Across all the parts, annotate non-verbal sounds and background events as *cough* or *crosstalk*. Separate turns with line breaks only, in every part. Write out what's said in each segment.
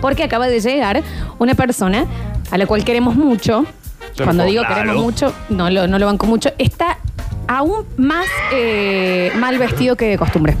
porque acaba de llegar una persona a la cual queremos mucho.
Yo
Cuando
no puedo,
digo
claro.
queremos mucho, no lo, no lo banco mucho. Está aún más eh, mal vestido que de costumbre.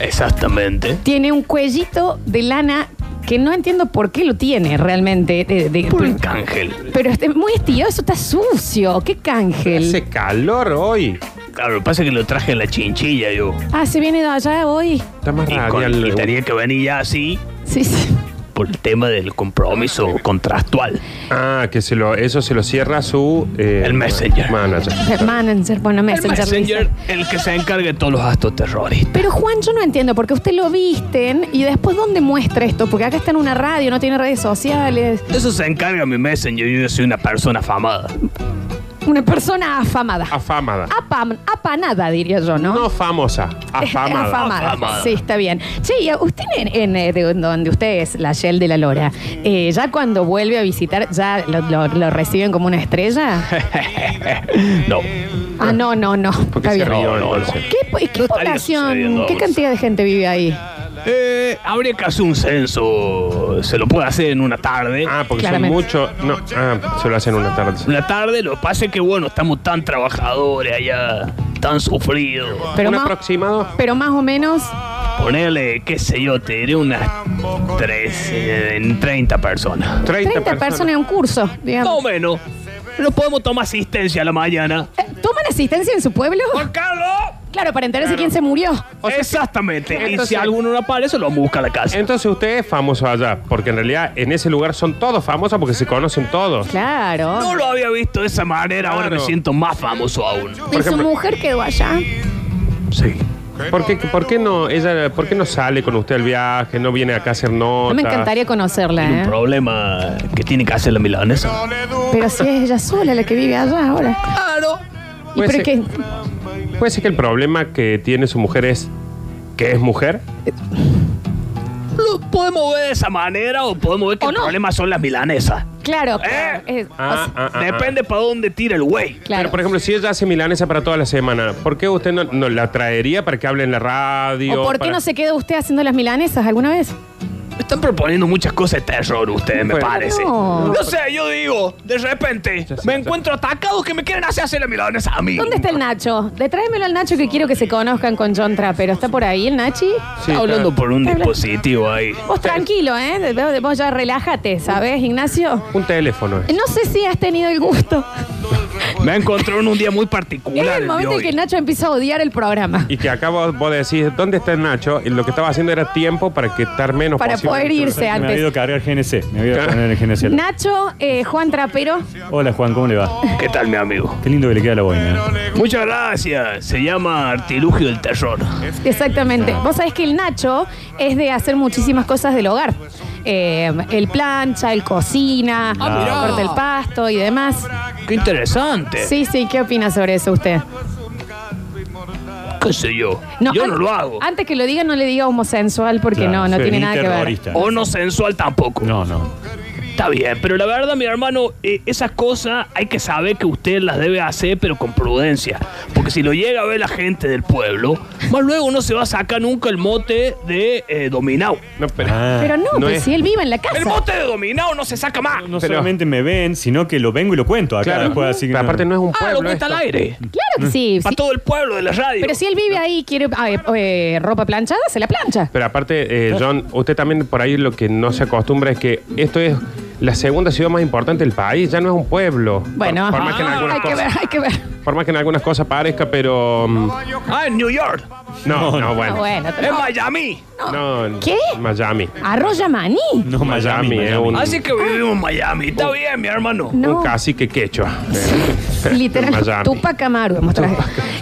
Exactamente.
Tiene un cuellito de lana que no entiendo por qué lo tiene realmente. de- de-
Por el cángel.
pero es muy estiloso, está sucio. ¿Qué cángel?
Hace calor hoy.
Claro, lo que pasa es que lo traje en la chinchilla yo.
Ah, se viene de allá hoy.
Está más
Y, con-
radial.
y tenía que venir ya así
Sí, sí.
por el tema del compromiso contractual.
Ah, que se lo, eso se lo cierra su... eh,
El messenger.
Manager.
Manager, bueno, Messenger.
el messenger,
dice.
el que se encargue de todos los actos terroristas.
Pero Juan, yo no entiendo, porque usted lo visten y después ¿dónde muestra esto? Porque acá está en una radio, no tiene redes sociales.
De Eso se encarga mi messenger, yo soy una persona afamada.
Una persona afamada.
Afamada.
Apam- apanada, diría yo, ¿no? *laughs*
No famosa, afamada.
Afamada.
Afamada.
Sí, está bien. Che, y a- usted en, en, eh, de donde usted es, la Shell de la Lora, eh, ya cuando vuelve a visitar, ¿ya lo, lo- lo reciben como una estrella?
*laughs* no.
Ah, no, no, no.
¿Por qué
Está
se
bien.
rió
No, no,
entonces?
¿Qué, po- qué
No estaría
población,
sucediendo,
qué
Gonza.
cantidad de gente vive ahí?
Eh, habría que hacer un censo, se lo puede hacer en una tarde.
Ah, porque
Claramente.
son muchos. No, ah, se lo hacen una tarde.
Una tarde, lo que pasa es que bueno, estamos tan trabajadores allá, tan sufridos.
Pero
¿Un
más-
aproximado?
pero más o menos
Ponele, qué sé yo, te diré unas 13, en 30 personas.
30,
30 personas en un curso,
Más o
digamos.
menos. No podemos tomar asistencia a la mañana.
Eh, ¿Toman asistencia en su pueblo?
¡Juan Carlos!
Claro, para enterarse quién se murió.
Exactamente. y si
Entonces-
alguno no aparece, lo busca a la casa.
Entonces usted es famoso allá, porque en realidad en ese lugar son todos famosos porque se conocen todos.
Claro.
No lo había visto de esa manera, ahora me
Claro.
siento más famoso aún.
¿Y
por ejemplo-
su mujer quedó allá?
Sí.
¿Por qué, por qué no, ella, ¿Por qué no sale con usted al viaje? ¿No viene acá a hacer
No
notas?
me encantaría conocerla,
Un
¿eh?
problema que tiene que hacer la milanesa.
Pero si es ella sola la que vive allá ahora.
Claro.
¿Y
Puede
pero
ser.
que
Puede ser que el problema que tiene su mujer es que es mujer.
Lo podemos ver de esa manera o podemos ver que
¿O
el
no?
problema son las milanesas.
Claro.
¿Eh?
es- o
Ah,
sea,
ah, ah, ah.
Depende para dónde tira el güey.
Claro.
Pero, por ejemplo, si ella hace milanesa para toda la semana, ¿por qué usted no, no la traería para que hable en la radio?
¿O por qué
para-
no se queda usted haciendo las milanesas alguna vez?
Me están proponiendo muchas cosas de terror ustedes, me
Bueno.
parece.
No.
sé, yo digo, de repente,
Ya sé,
me
ya sé.
encuentro atacado que me quieren hacer hacer la milanesa a mí.
¿Dónde está el Nacho? De tráemelo al Nacho que quiero que se conozcan con John Trapero. ¿Está por ahí el Nachi?
Sí,
Está
está-
hablando por un
Está hablando.
dispositivo ahí.
Vos tranquilo, ¿eh? Vos- Vos ya relájate, ¿sabes, Ignacio?
Un teléfono. es.
No sé si has tenido el gusto.
Me encontró en un día muy
Es
particular.
el momento en que Nacho empieza a odiar el programa.
Y que acá vos, vos decís, ¿dónde está el Nacho? Y lo que estaba haciendo era tiempo para que estar menos
Para
posible.
poder irse
Me había ido
antes.
a cargar GNC. Me había ido a
Claro.
poner en GNC.
Nacho, eh, Juan Trapero.
Hola Juan, ¿cómo le va?
¿Qué tal, mi amigo?
Qué lindo que le queda la boina. ¿eh?
Muchas gracias. Se llama Artilugio del Terror.
Exactamente. Vos sabés que el Nacho es de hacer muchísimas cosas del hogar. Eh, el plancha, el cocina,
mirá.
corta el pasto y demás.
Qué interesante.
Sí, sí, ¿qué opina sobre eso usted?
¿Qué sé yo? yo no
an-
lo hago.
Antes que lo diga, no le diga homosensual porque
Claro,
no, no
sí,
tiene
ni
nada que ver.
terrorista.
O no sensual tampoco.
No, no.
Está bien, pero la verdad, mi hermano, eh, esas cosas hay que saber que usted las debe hacer, pero con prudencia. Porque si lo llega a ver la gente del pueblo, más luego no se va a sacar nunca el mote de eh, dominado.
No, pero-
Ah,
Pero no,
No
pues
es-
si él vive en la
El
casa.
mote de dominado no se saca más.
no
pero-
solamente me ven, sino que lo vengo y lo cuento acá
Claro,
después, así que
pero
no-
aparte no es un
Ah, lo
pueblo.
cuenta al
esto.
aire.
Claro que sí.
Para
sí.
todo el pueblo de la radio.
Pero si él vive ahí y quiere ah, eh, eh, ropa planchada, se la plancha.
Pero aparte, eh, John, usted también por ahí lo que no se acostumbra es que esto es la segunda ciudad más importante del país, ya no es un pueblo.
Bueno,
por, por más que en
ah,
algunas
hay que ver,
cosas,
hay que ver.
por más que en algunas cosas parezca, pero mm,
Ah, en New York.
no, no,
Ah,
bueno.
bueno,
En
no.
Miami.
No,
¿Qué?
Miami.
Arroya Maní.
No, Miami,
Miami, eh,
Miami.
un-
Así que vivimos en Miami. Está bien, mi hermano.
No.
Un cacique quechua.
*laughs* Literal,
Miami.
Tupac Amaru hemos traído.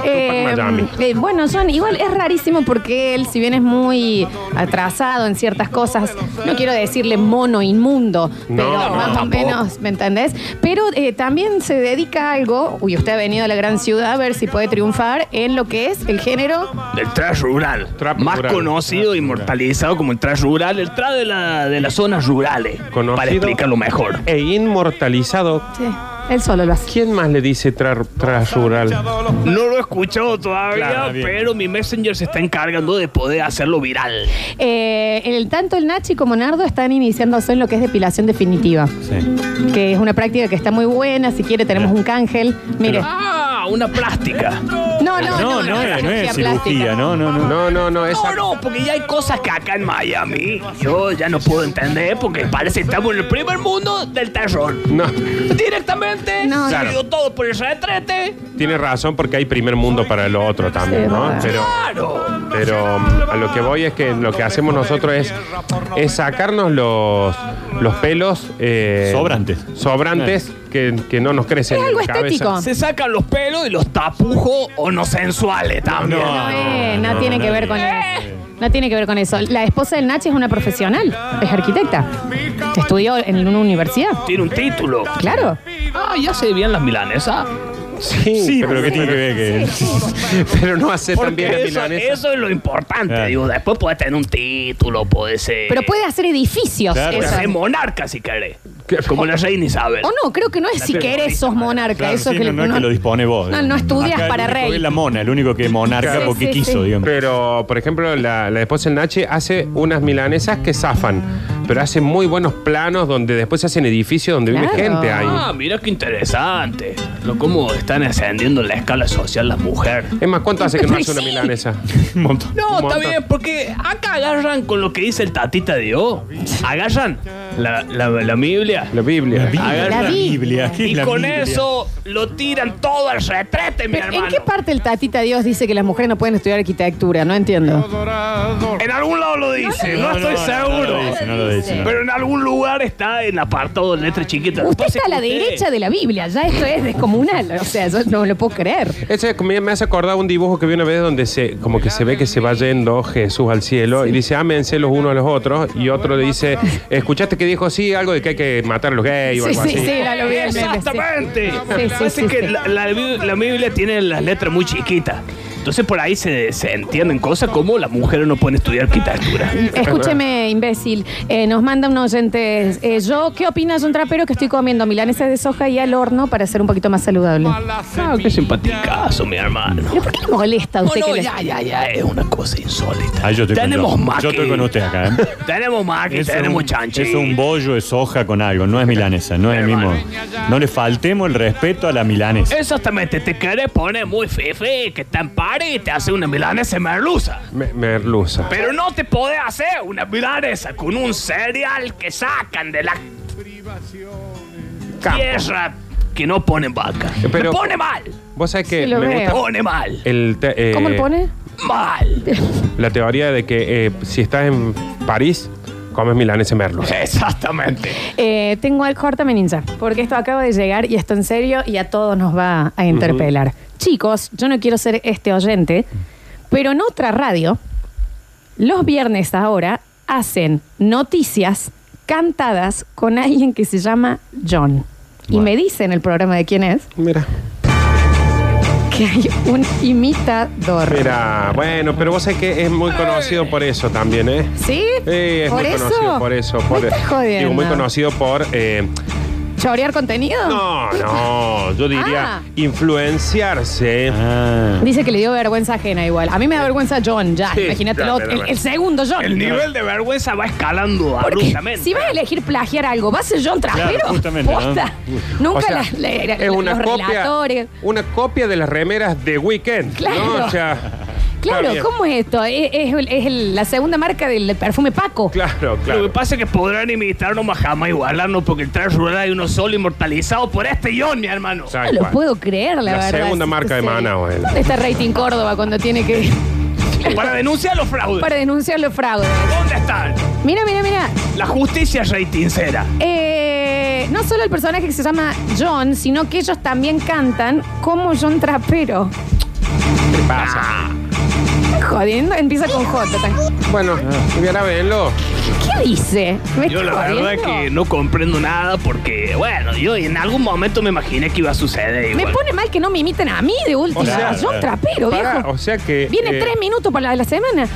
Eh,
Miami.
eh, bueno, John, igual es rarísimo porque él, si bien es muy atrasado en ciertas cosas, no quiero decirle mono inmundo,
No,
pero
no,
más o
tampoco.
menos, ¿me entendés? Pero eh, también se dedica a algo, uy, usted ha venido a la gran ciudad a ver si puede triunfar en lo que es el género.
El trash rural.
Trap
más
rural.
conocido, inmortalizado como el trash rural. El trash de, la, de las zonas rurales.
Conocido.
Para explicarlo mejor.
E inmortalizado
Sí. Él solo lo hace.
¿Quién más le dice tra- tras rural?
No lo he escuchado todavía,
Claro, bien.
pero mi Messenger se está encargando de poder hacerlo viral.
Eh, el, tanto el Nachi como Nardo están iniciándose en lo que es depilación definitiva,
Sí.
que es una práctica que está muy buena. Si quiere, tenemos un cángel. Mire.
Ah, una plástica.
No, no, no,
No, no, es, no es cirugía, no, no, no.
No, no, no, esa.
No, no, porque ya hay cosas que acá en Miami yo ya no puedo entender porque parece que estamos en el primer mundo del terror.
No,
Directamente,
No,
se
Claro.
dio todo por el retrete.
tiene razón porque hay primer mundo para lo otro también,
Sí,
¿no?
verdad.
Pero,
Claro.
pero mm, a lo que voy es que lo que hacemos nosotros es, es sacarnos los, los pelos. eh,
Sobrantes.
Sobrantes que, que no nos crecen.
Es algo
en la cabeza.
estético.
Se sacan los pelos y los tapujos o no sensuales también.
No,
No, eh,
no,
no
no,
tiene
no,
que
no.
ver con eso. No tiene que ver con eso. La esposa del Nachi es una profesional, es arquitecta. Estudió en una universidad.
Tiene un título.
Claro.
Ah, ya se bien las milanesas.
Sí,
Sí, pero
pero,
¿qué tiene que ver? Que...
*laughs*
pero no hace tan bien la
Porque eso,
milanesa.
eso es lo importante.
Claro.
Digo, después puede tener un título, puede ser.
Pero puede hacer edificios.
Claro.
eso.
Puede ser monarca si querés.
¿Qué?
Como la reina Isabel.
O no, creo que no es si querés sos monarca.
Claro,
eso
sí,
que
no, no es que lo dispone vos.
No, no estudias
Acá el
para
único
rey.
Es la mona, el único que monarca
Claro.
porque
Sí, sí,
quiso,
sí. *laughs*
digamos.
Pero, por ejemplo, la, la esposa de Nache hace unas milanesas que zafan, pero hace muy buenos planos donde después se hacen edificios donde vive
Claro.
gente ahí.
Ah, mira qué interesante. Lo cómo están ascendiendo en la escala social las mujeres.
Es más, ¿cuánto hace que no
Pero
hace
*laughs*
una
sí.
milanesa?
Un montón.
No,
Un
está
montón.
bien, porque acá agarran con lo que dice el tatita de O. Agarran la, la, la Biblia.
La Biblia.
Agarra
La
la Biblia. ¿qué es
Y
la
con
Biblia?
eso lo tiran todo al retrete, mi
Pero, ¿En
hermano.
qué parte el Tatita Dios dice que las mujeres no pueden estudiar arquitectura? No entiendo.
En algún lado lo dice, no,
No, no,
estoy
no,
seguro.
No lo dice, no lo dice. no.
Pero en algún lugar está en apartado de letra chiquita.
Usted está a la derecha de la Biblia, ya esto es descomunal. O sea, yo no lo puedo creer.
Ese me me hace acordar un dibujo que vi una vez donde se, como que se ve que se va yendo Jesús al cielo y dice, ámense los unos a los otros. Y otro le dice, ¿escuchaste que dijo sí? Algo de que hay que matar a los gays o
Sí,
algo
sí,
así.
sí, la lo vi en el meme, sí.
Exactamente.
Sí, sí,
Parece
sí,
que
sí.
La, la Bi- la Biblia tiene las letras muy chiquitas. Entonces por ahí se, se entienden cosas como las mujeres no pueden estudiar arquitectura.
Escúcheme, imbécil. Eh, nos manda un oyente. eh, yo, ¿qué opinas de un trapero que estoy comiendo milanesas de soja y al horno para ser un poquito más saludable?
Ah, qué simpaticazo, mi hermano.
¿Pero por qué le molesta a
No,
usted
no,
que le-
ya, ya, ya, es una cosa insólita.
Ah, yo estoy con
tenemos
yo.
maqui.
Yo estoy con usted acá, ¿eh?
*laughs* Tenemos maqui,
Es
tenemos
un-
chanchi.
Es un bollo de soja con algo, no es milanesa, no es el mismo. No le faltemos el respeto a la milanesa.
Exactamente, te querés poner muy fefe, que está en París y te hace una milanesa merluza.
Me- merluza.
Pero no te podés hacer una milanesa con un cereal que sacan de la
Campo. Eh,
tierra que no ponen vaca.
Pero-
Me pone mal,
Vos sabés que
Sí, lo
me
veo.
me
gusta
pone mal,
el te- eh,
¿Cómo le pone?
mal.
*laughs* La teoría de que eh, si estás en París, comes milanesa en merluza.
Exactamente.
Eh, tengo al córtame ninja, porque esto acaba de llegar y esto en serio y a todos nos va a interpelar. Chicos, yo no quiero ser este oyente, pero en otra radio, los viernes ahora hacen noticias cantadas con alguien que se llama John. Y me dice en el programa de quién es
Mira.
que hay un imitador.
Mira, bueno, pero vos sabés que es muy conocido por eso también, ¿eh?
¿Sí?
Eh, es
¿Por
muy
eso?
conocido por eso.
Me
Por, eh,
estás jodiendo.
Digo, muy conocido por. eh,
¿Chorear contenido?
no, no, yo diría
Ah.
influenciarse.
Ah.
Dice que le dio vergüenza ajena igual. A mí me da vergüenza John, ya.
Sí,
Imagínate
ya,
el,
me da
otro- el- el
vergüenza.
segundo John.
El nivel de vergüenza va escalando
Porque
abruptamente.
si vas a elegir plagiar algo, ¿va a ser John Trapero?
Claro, justamente, ¿no?
Posta. Nunca
O sea,
las- le- le-
es una
los
copia,
relatores.
una copia de las remeras de Weekend.
Claro.
¿no? O sea,
Claro,
está bien.
¿cómo es esto? Es, es el- es el- la segunda marca del perfume Paco.
Claro,
Lo que
claro.
pasa es que podrán imitarnos, mas jamás igualarnos, porque el trash rural hay uno solo inmortalizado por este guión, mi hermano.
Tal
No lo
cual.
puedo creer, la,
La
verdad.
segunda
Sí,
marca de
sí.
Manao,
*laughs*
eh.
¿Dónde está Este Rating Córdoba cuando tiene que *laughs*
Para denunciar los fraudes.
para denunciar los fraudes?
¿Dónde están?
Mira, mira, mira.
La justicia reitincera.
Eh, no solo el personaje que se llama John, sino que ellos también cantan como John Trapero.
¿Qué pasa?
Ah.
Jodiendo, empieza con J. ¿Qué
Bueno,
Ah.
mira, venlo.
dice? ¿Me
Yo la
está
verdad
jodiendo?
que no comprendo nada porque, bueno, yo en algún momento me imaginé que iba a suceder.
Me
igual.
pone mal que no me imiten a mí de última.
O sea, eh,
a John Trapero,
Pará,
viejo.
o sea que.
Viene
eh, Mm.
tres minutos para la de la semana.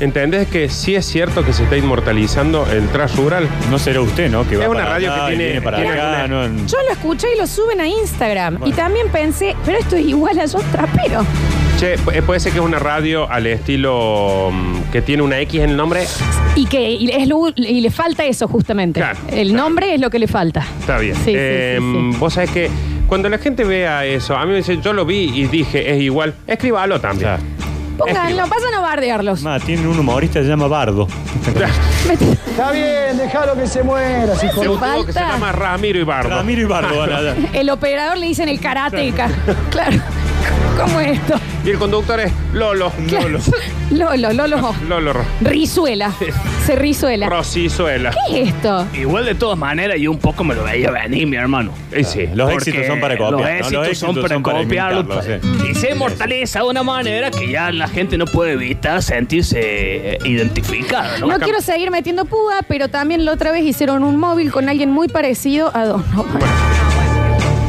¿Entendés que sí es cierto que se está inmortalizando el trash rural?
No será usted, ¿no? Que va
Es una
para
radio
acá
que
y
tiene-
viene para
tiene
acá,
alguna-
¿no?
Yo lo escuché y lo suben a Instagram.
Bueno.
Y también pensé, pero esto es igual a yo trapero.
Che, pu- eh, puede ser que es una radio al estilo mm, que tiene una X en el nombre.
Y que y es lo- y le falta eso justamente.
Claro,
el
claro.
nombre es lo que le falta.
Está bien.
Sí, sí,
Eh,
sí, sí.
Vos sabés que cuando la gente vea eso, a mí me dice, yo lo vi y dije, es igual. Escribalo también.
Claro.
Pónganlo,
escriba.
vayan a bardearlos.
Ma, tiene un humorista que se llama Bardo.
Está bien, déjalo que se muera, si
Tengo un tubo que se
falta.
llama Ramiro y Bardo.
Ramiro y Bardo. van allá.
El operador le dicen el karateca. Claro. ¿Cómo es esto?
Y el conductor es
*laughs*
Lolo.
Claro. *laughs* Lolo, Lolo.
Lolo Ro-
Rizuela. Se rizuela.
Rosizuela.
¿Qué es esto?
Igual de todas maneras, yo un poco me lo veía venir, mi hermano.
Y sí.
Los
Porque
éxitos son para copiar.
Los
¿no?
éxitos, son,
éxitos
para copiarlos.
imitarlos, sí.
Y se inmortaliza de una manera que ya la gente no puede evitar sentirse eh, identificada, ¿no?
No quiero seguir metiendo púa, pero también la otra vez hicieron un móvil con alguien muy parecido a Donovan.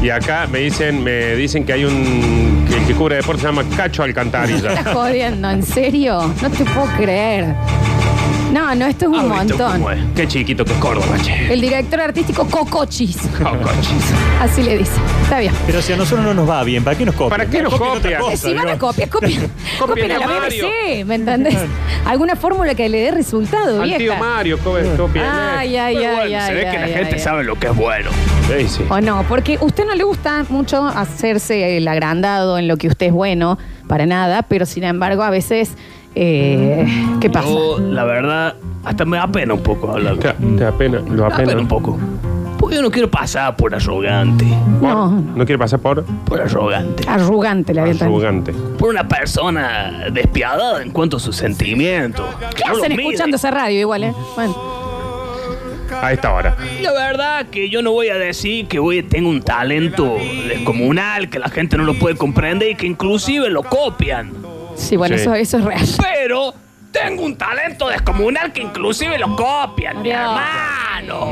Y acá me dicen, me dicen que hay un que el que cubre deporte se llama
*laughs*
Cacho Alcantarilla.
Estás jodiendo, ¿en serio? No te puedo creer. No, no, esto es un
Ah, ¿viste cómo
montón.
es? Qué chiquito que es Córdoba, che.
El director artístico Cocochis.
Cocochis.
Así le dice. Está bien.
Pero si a nosotros no nos va bien, ¿para qué nos copian?
¿Para qué nos
Copien otra
copian?
cosa,
Si van a
digo.
copiar,
*laughs*
copien, copien a la
a Mario.
BBC, ¿me entendés? Alguna fórmula que le dé resultado,
Al tío
vieja.
Mario, ¿cómo es? ¿Cómo viene?
Ay, ay,
eh. Pero
ay,
bueno,
ay.
se ve
ay,
que la
ay,
gente
ay.
sabe lo que es bueno.
Sí, sí.
O no, porque a usted no le gusta mucho hacerse el agrandado en lo que usted es bueno, para nada, pero sin embargo a veces, eh, ¿qué pasa?
Yo, la verdad, hasta me da pena un poco hablar. Me
Te, te apena, lo
Mm. da pena un
apena.
poco. Porque yo no quiero pasar por arrogante.
¿Por?
No,
¿No quiere pasar por?
Por arrogante.
arrogante la verdad.
Arrogante.
Por una persona despiadada en cuanto a sus sentimientos.
¿Qué hacen escuchando esa radio igual, eh? Bueno,
A esta hora.
La verdad que yo no voy a decir que voy, tengo un talento descomunal, que la gente no lo puede comprender y que inclusive lo copian.
sí, bueno,
Sí.
Eso, eso es real.
Pero tengo un talento descomunal que inclusive lo copian, mi
Dios.
hermano.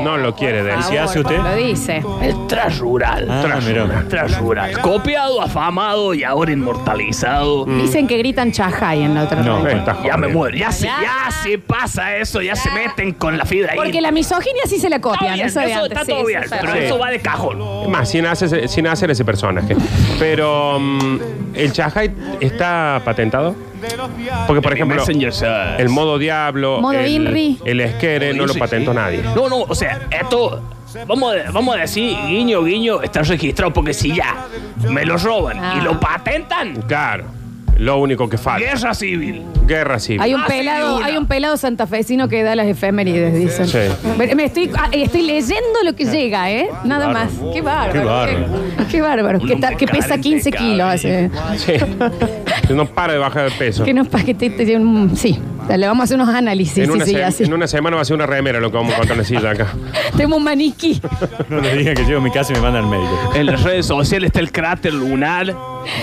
No lo quiere
Por
Ah,
decir.
si hace
favor,
usted.
Lo dice.
El trash rural.
Ah,
Trash
mirá.
rural, trash rural. Copiado, afamado y ahora inmortalizado.
Dicen que gritan chajay en la otra
Mm. No,
radio.
bueno.
Está
Ya
jodido.
me muero. Ya se,
Ya.
ya se pasa eso. Ya, se meten con la fibra ahí.
Porque la misoginia sí se la
Está
copian.
bien,
eso de
eso
antes.
está
sí,
todo
sí,
bien,
sí,
pero
sí.
eso va de cajón.
Es Más, sin hacer, sin hacer ese personaje. Pero, mm, ¿el Chajay está patentado? Porque, por ejemplo, el modo Diablo,
Modo
el,
Inri.
el Esquere, no lo
Sí,
patentó
sí.
nadie.
No, no, o sea, esto. Vamos a, vamos a decir, guiño, guiño, está registrado porque si ya me lo roban
Ah.
y lo patentan,
Claro, lo único que falta.
guerra civil.
Guerra civil.
Hay un
Así de
pelado,
una.
hay un pelado santafesino que da las efemérides, dicen.
Sí.
Pero Me estoy, ah, estoy leyendo lo que llega, ¿eh? Nada más.
bárbaro.
Qué bárbaro.
Qué bárbaro.
Qué, qué bárbaro.
Un
Que, ta-
hombre
que pesa
carente
15
de
kilos. hace.
Sí. *laughs* No para de bajar de peso.
Que no es para que te, te- te- un- Sí, le vamos a hacer unos análisis.
en,
sí,
una
sí,
se-
así.
en una semana va a ser una remera lo que vamos a encontrar en la silla acá.
Tengo un maniquí.
No le digan que llego a mi casa y me mandan al médico.
En las redes sociales está el cráter lunar,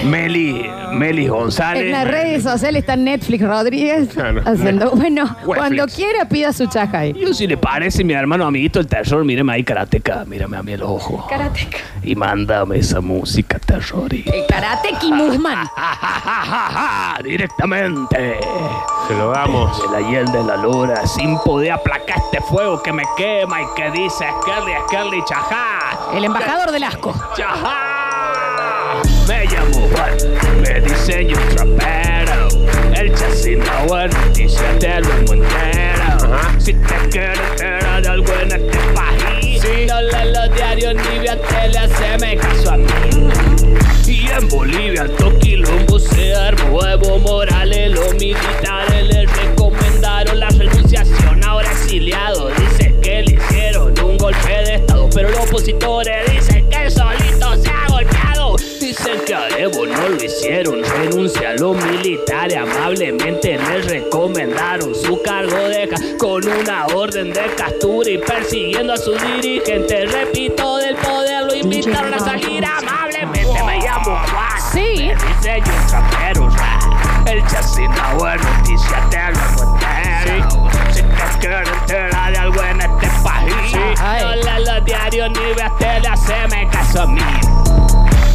Meli, Meli González.
En las redes sociales está Netflix Rodríguez
Claro.
haciendo. Bueno,
Netflix.
cuando quiera pida su chajay.
Yo si le parece, mi hermano amiguito el terror, mírame ahí karateca, mírame a mí el ojo.
Karateka.
Y mándame esa música terror. y-
*laughs*
El karate Kimusman.
¡Ja, ja, ja, ja, ja! *laughs* Directamente.
Se lo damos.
El ayer de la lora, sin poder aplacar este fuego que me quema y que dice Skelly, Skelly, chajá.
El embajador del asco.
¡Chajá! Me llamo Juan, me diseño trapero. El chasis Nower dice te lo entero.
Ajá.
Si te quiero enterar de algo en este país,
Sí.
no leo los diarios ni veo tele, haceme caso a mí. Y en Bolivia alto quilombo se armó Evo Morales, los militares le recomendaron la renunciación ahora exiliado. Dicen que le hicieron un golpe de estado, pero los opositores dicen que él solito se ha golpeado. Dicen que a Evo no lo hicieron, renuncia a los militares, amablemente le recomendaron su cargo de ca- con una orden de captura y persiguiendo a su dirigente. Repito, del poder lo invitaron a salir amablemente. Me llamo Juan.
Sí.
Me dice yo trapero rap. El chasis no es noticia, te lo entero. Si te quieres enterar de algo en este país,
Ay.
no leas los diarios ni veas tele, haceme caso a mí.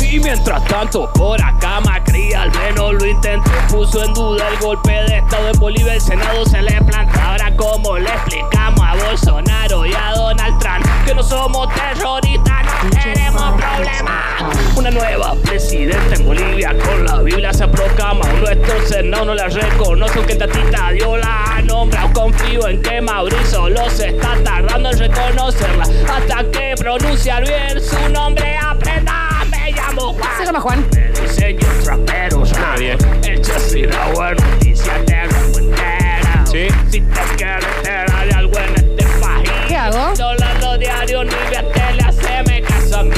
Y Y mientras tanto, por acá Macri al menos lo intentó. Puso en duda el golpe de Estado en Bolivia. El Senado se le planta. Ahora, como le explicamos a Bolsonaro y a Donald Trump que no somos terroristas, no tenemos problemas. Una nueva presidenta en Bolivia con la Biblia se proclama. Nuestro Senado no la reconoce, aunque Tatita dio la nombra. Confío en que Mauricio los está tardando en reconocerla. Hasta que pronunciar bien su nombre, aprenda. Me llamo Juan.
Se llama Juan.
El diseño trapero nadie. El chasis era bueno, noticia de rumbo entera.
Sí.
Si te quieres enterar de algo en este país.
¿Qué hago?
No lo diario ni vía tele, haceme caso a mí.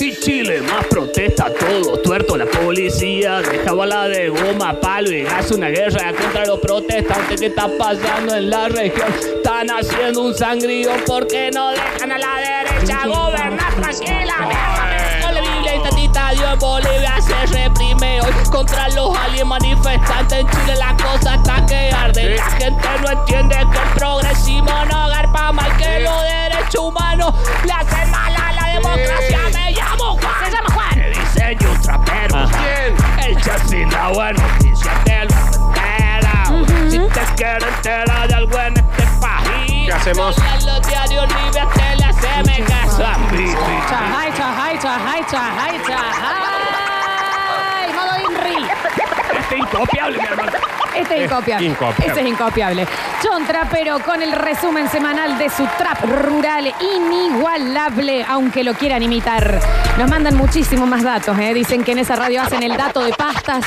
Y Chile más protesta todo tuerto la policía deja bala de goma palo y hace una guerra contra los protestantes que está pasando en la región están haciendo un sangrío porque no dejan a la derecha gobernar tranquilamente Con la Biblia y Tatita Dios en Bolivia se reprime hoy contra los aliens manifestantes en Chile la cosa está que arde la gente no entiende que el progresismo no garpa mal que los derechos humanos le hacen mal a la democracia me llamo Juan se llama Juan me dice yo un trapero
Ah.
el chasis la buena noticia te lo entera si te quieres enterar de algo en este país
¿Qué hacemos?
todos los diarios libres te le hacen caso a mí
Chajay, chajay, chajay, chajay, chajay. Modo Inri.
Este es incopiable, mi hermano.
Este es incopiable.
incopiable.
Este es incopiable. John Trapero con el resumen semanal de su trap rural inigualable, aunque lo quieran imitar. Nos mandan muchísimo más datos, ¿eh? Dicen que en esa radio hacen el dato de pastas.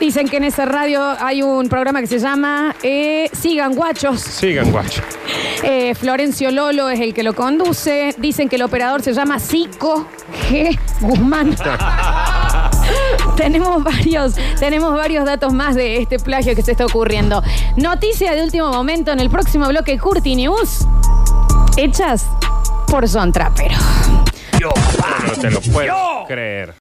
Dicen que en esa radio hay un programa que se llama eh, Sigan Guachos.
Sigan, guacho.
Eh, Florencio Lolo es el que lo conduce. Dicen que el operador se llama Psico G. Guzmán. *laughs* Tenemos varios, tenemos varios datos más de este plagio que se está ocurriendo. Noticia de último momento en el próximo bloque Curti News. Hechas por Son Trapero.
Yo,
No te lo puedo
Yo.
creer.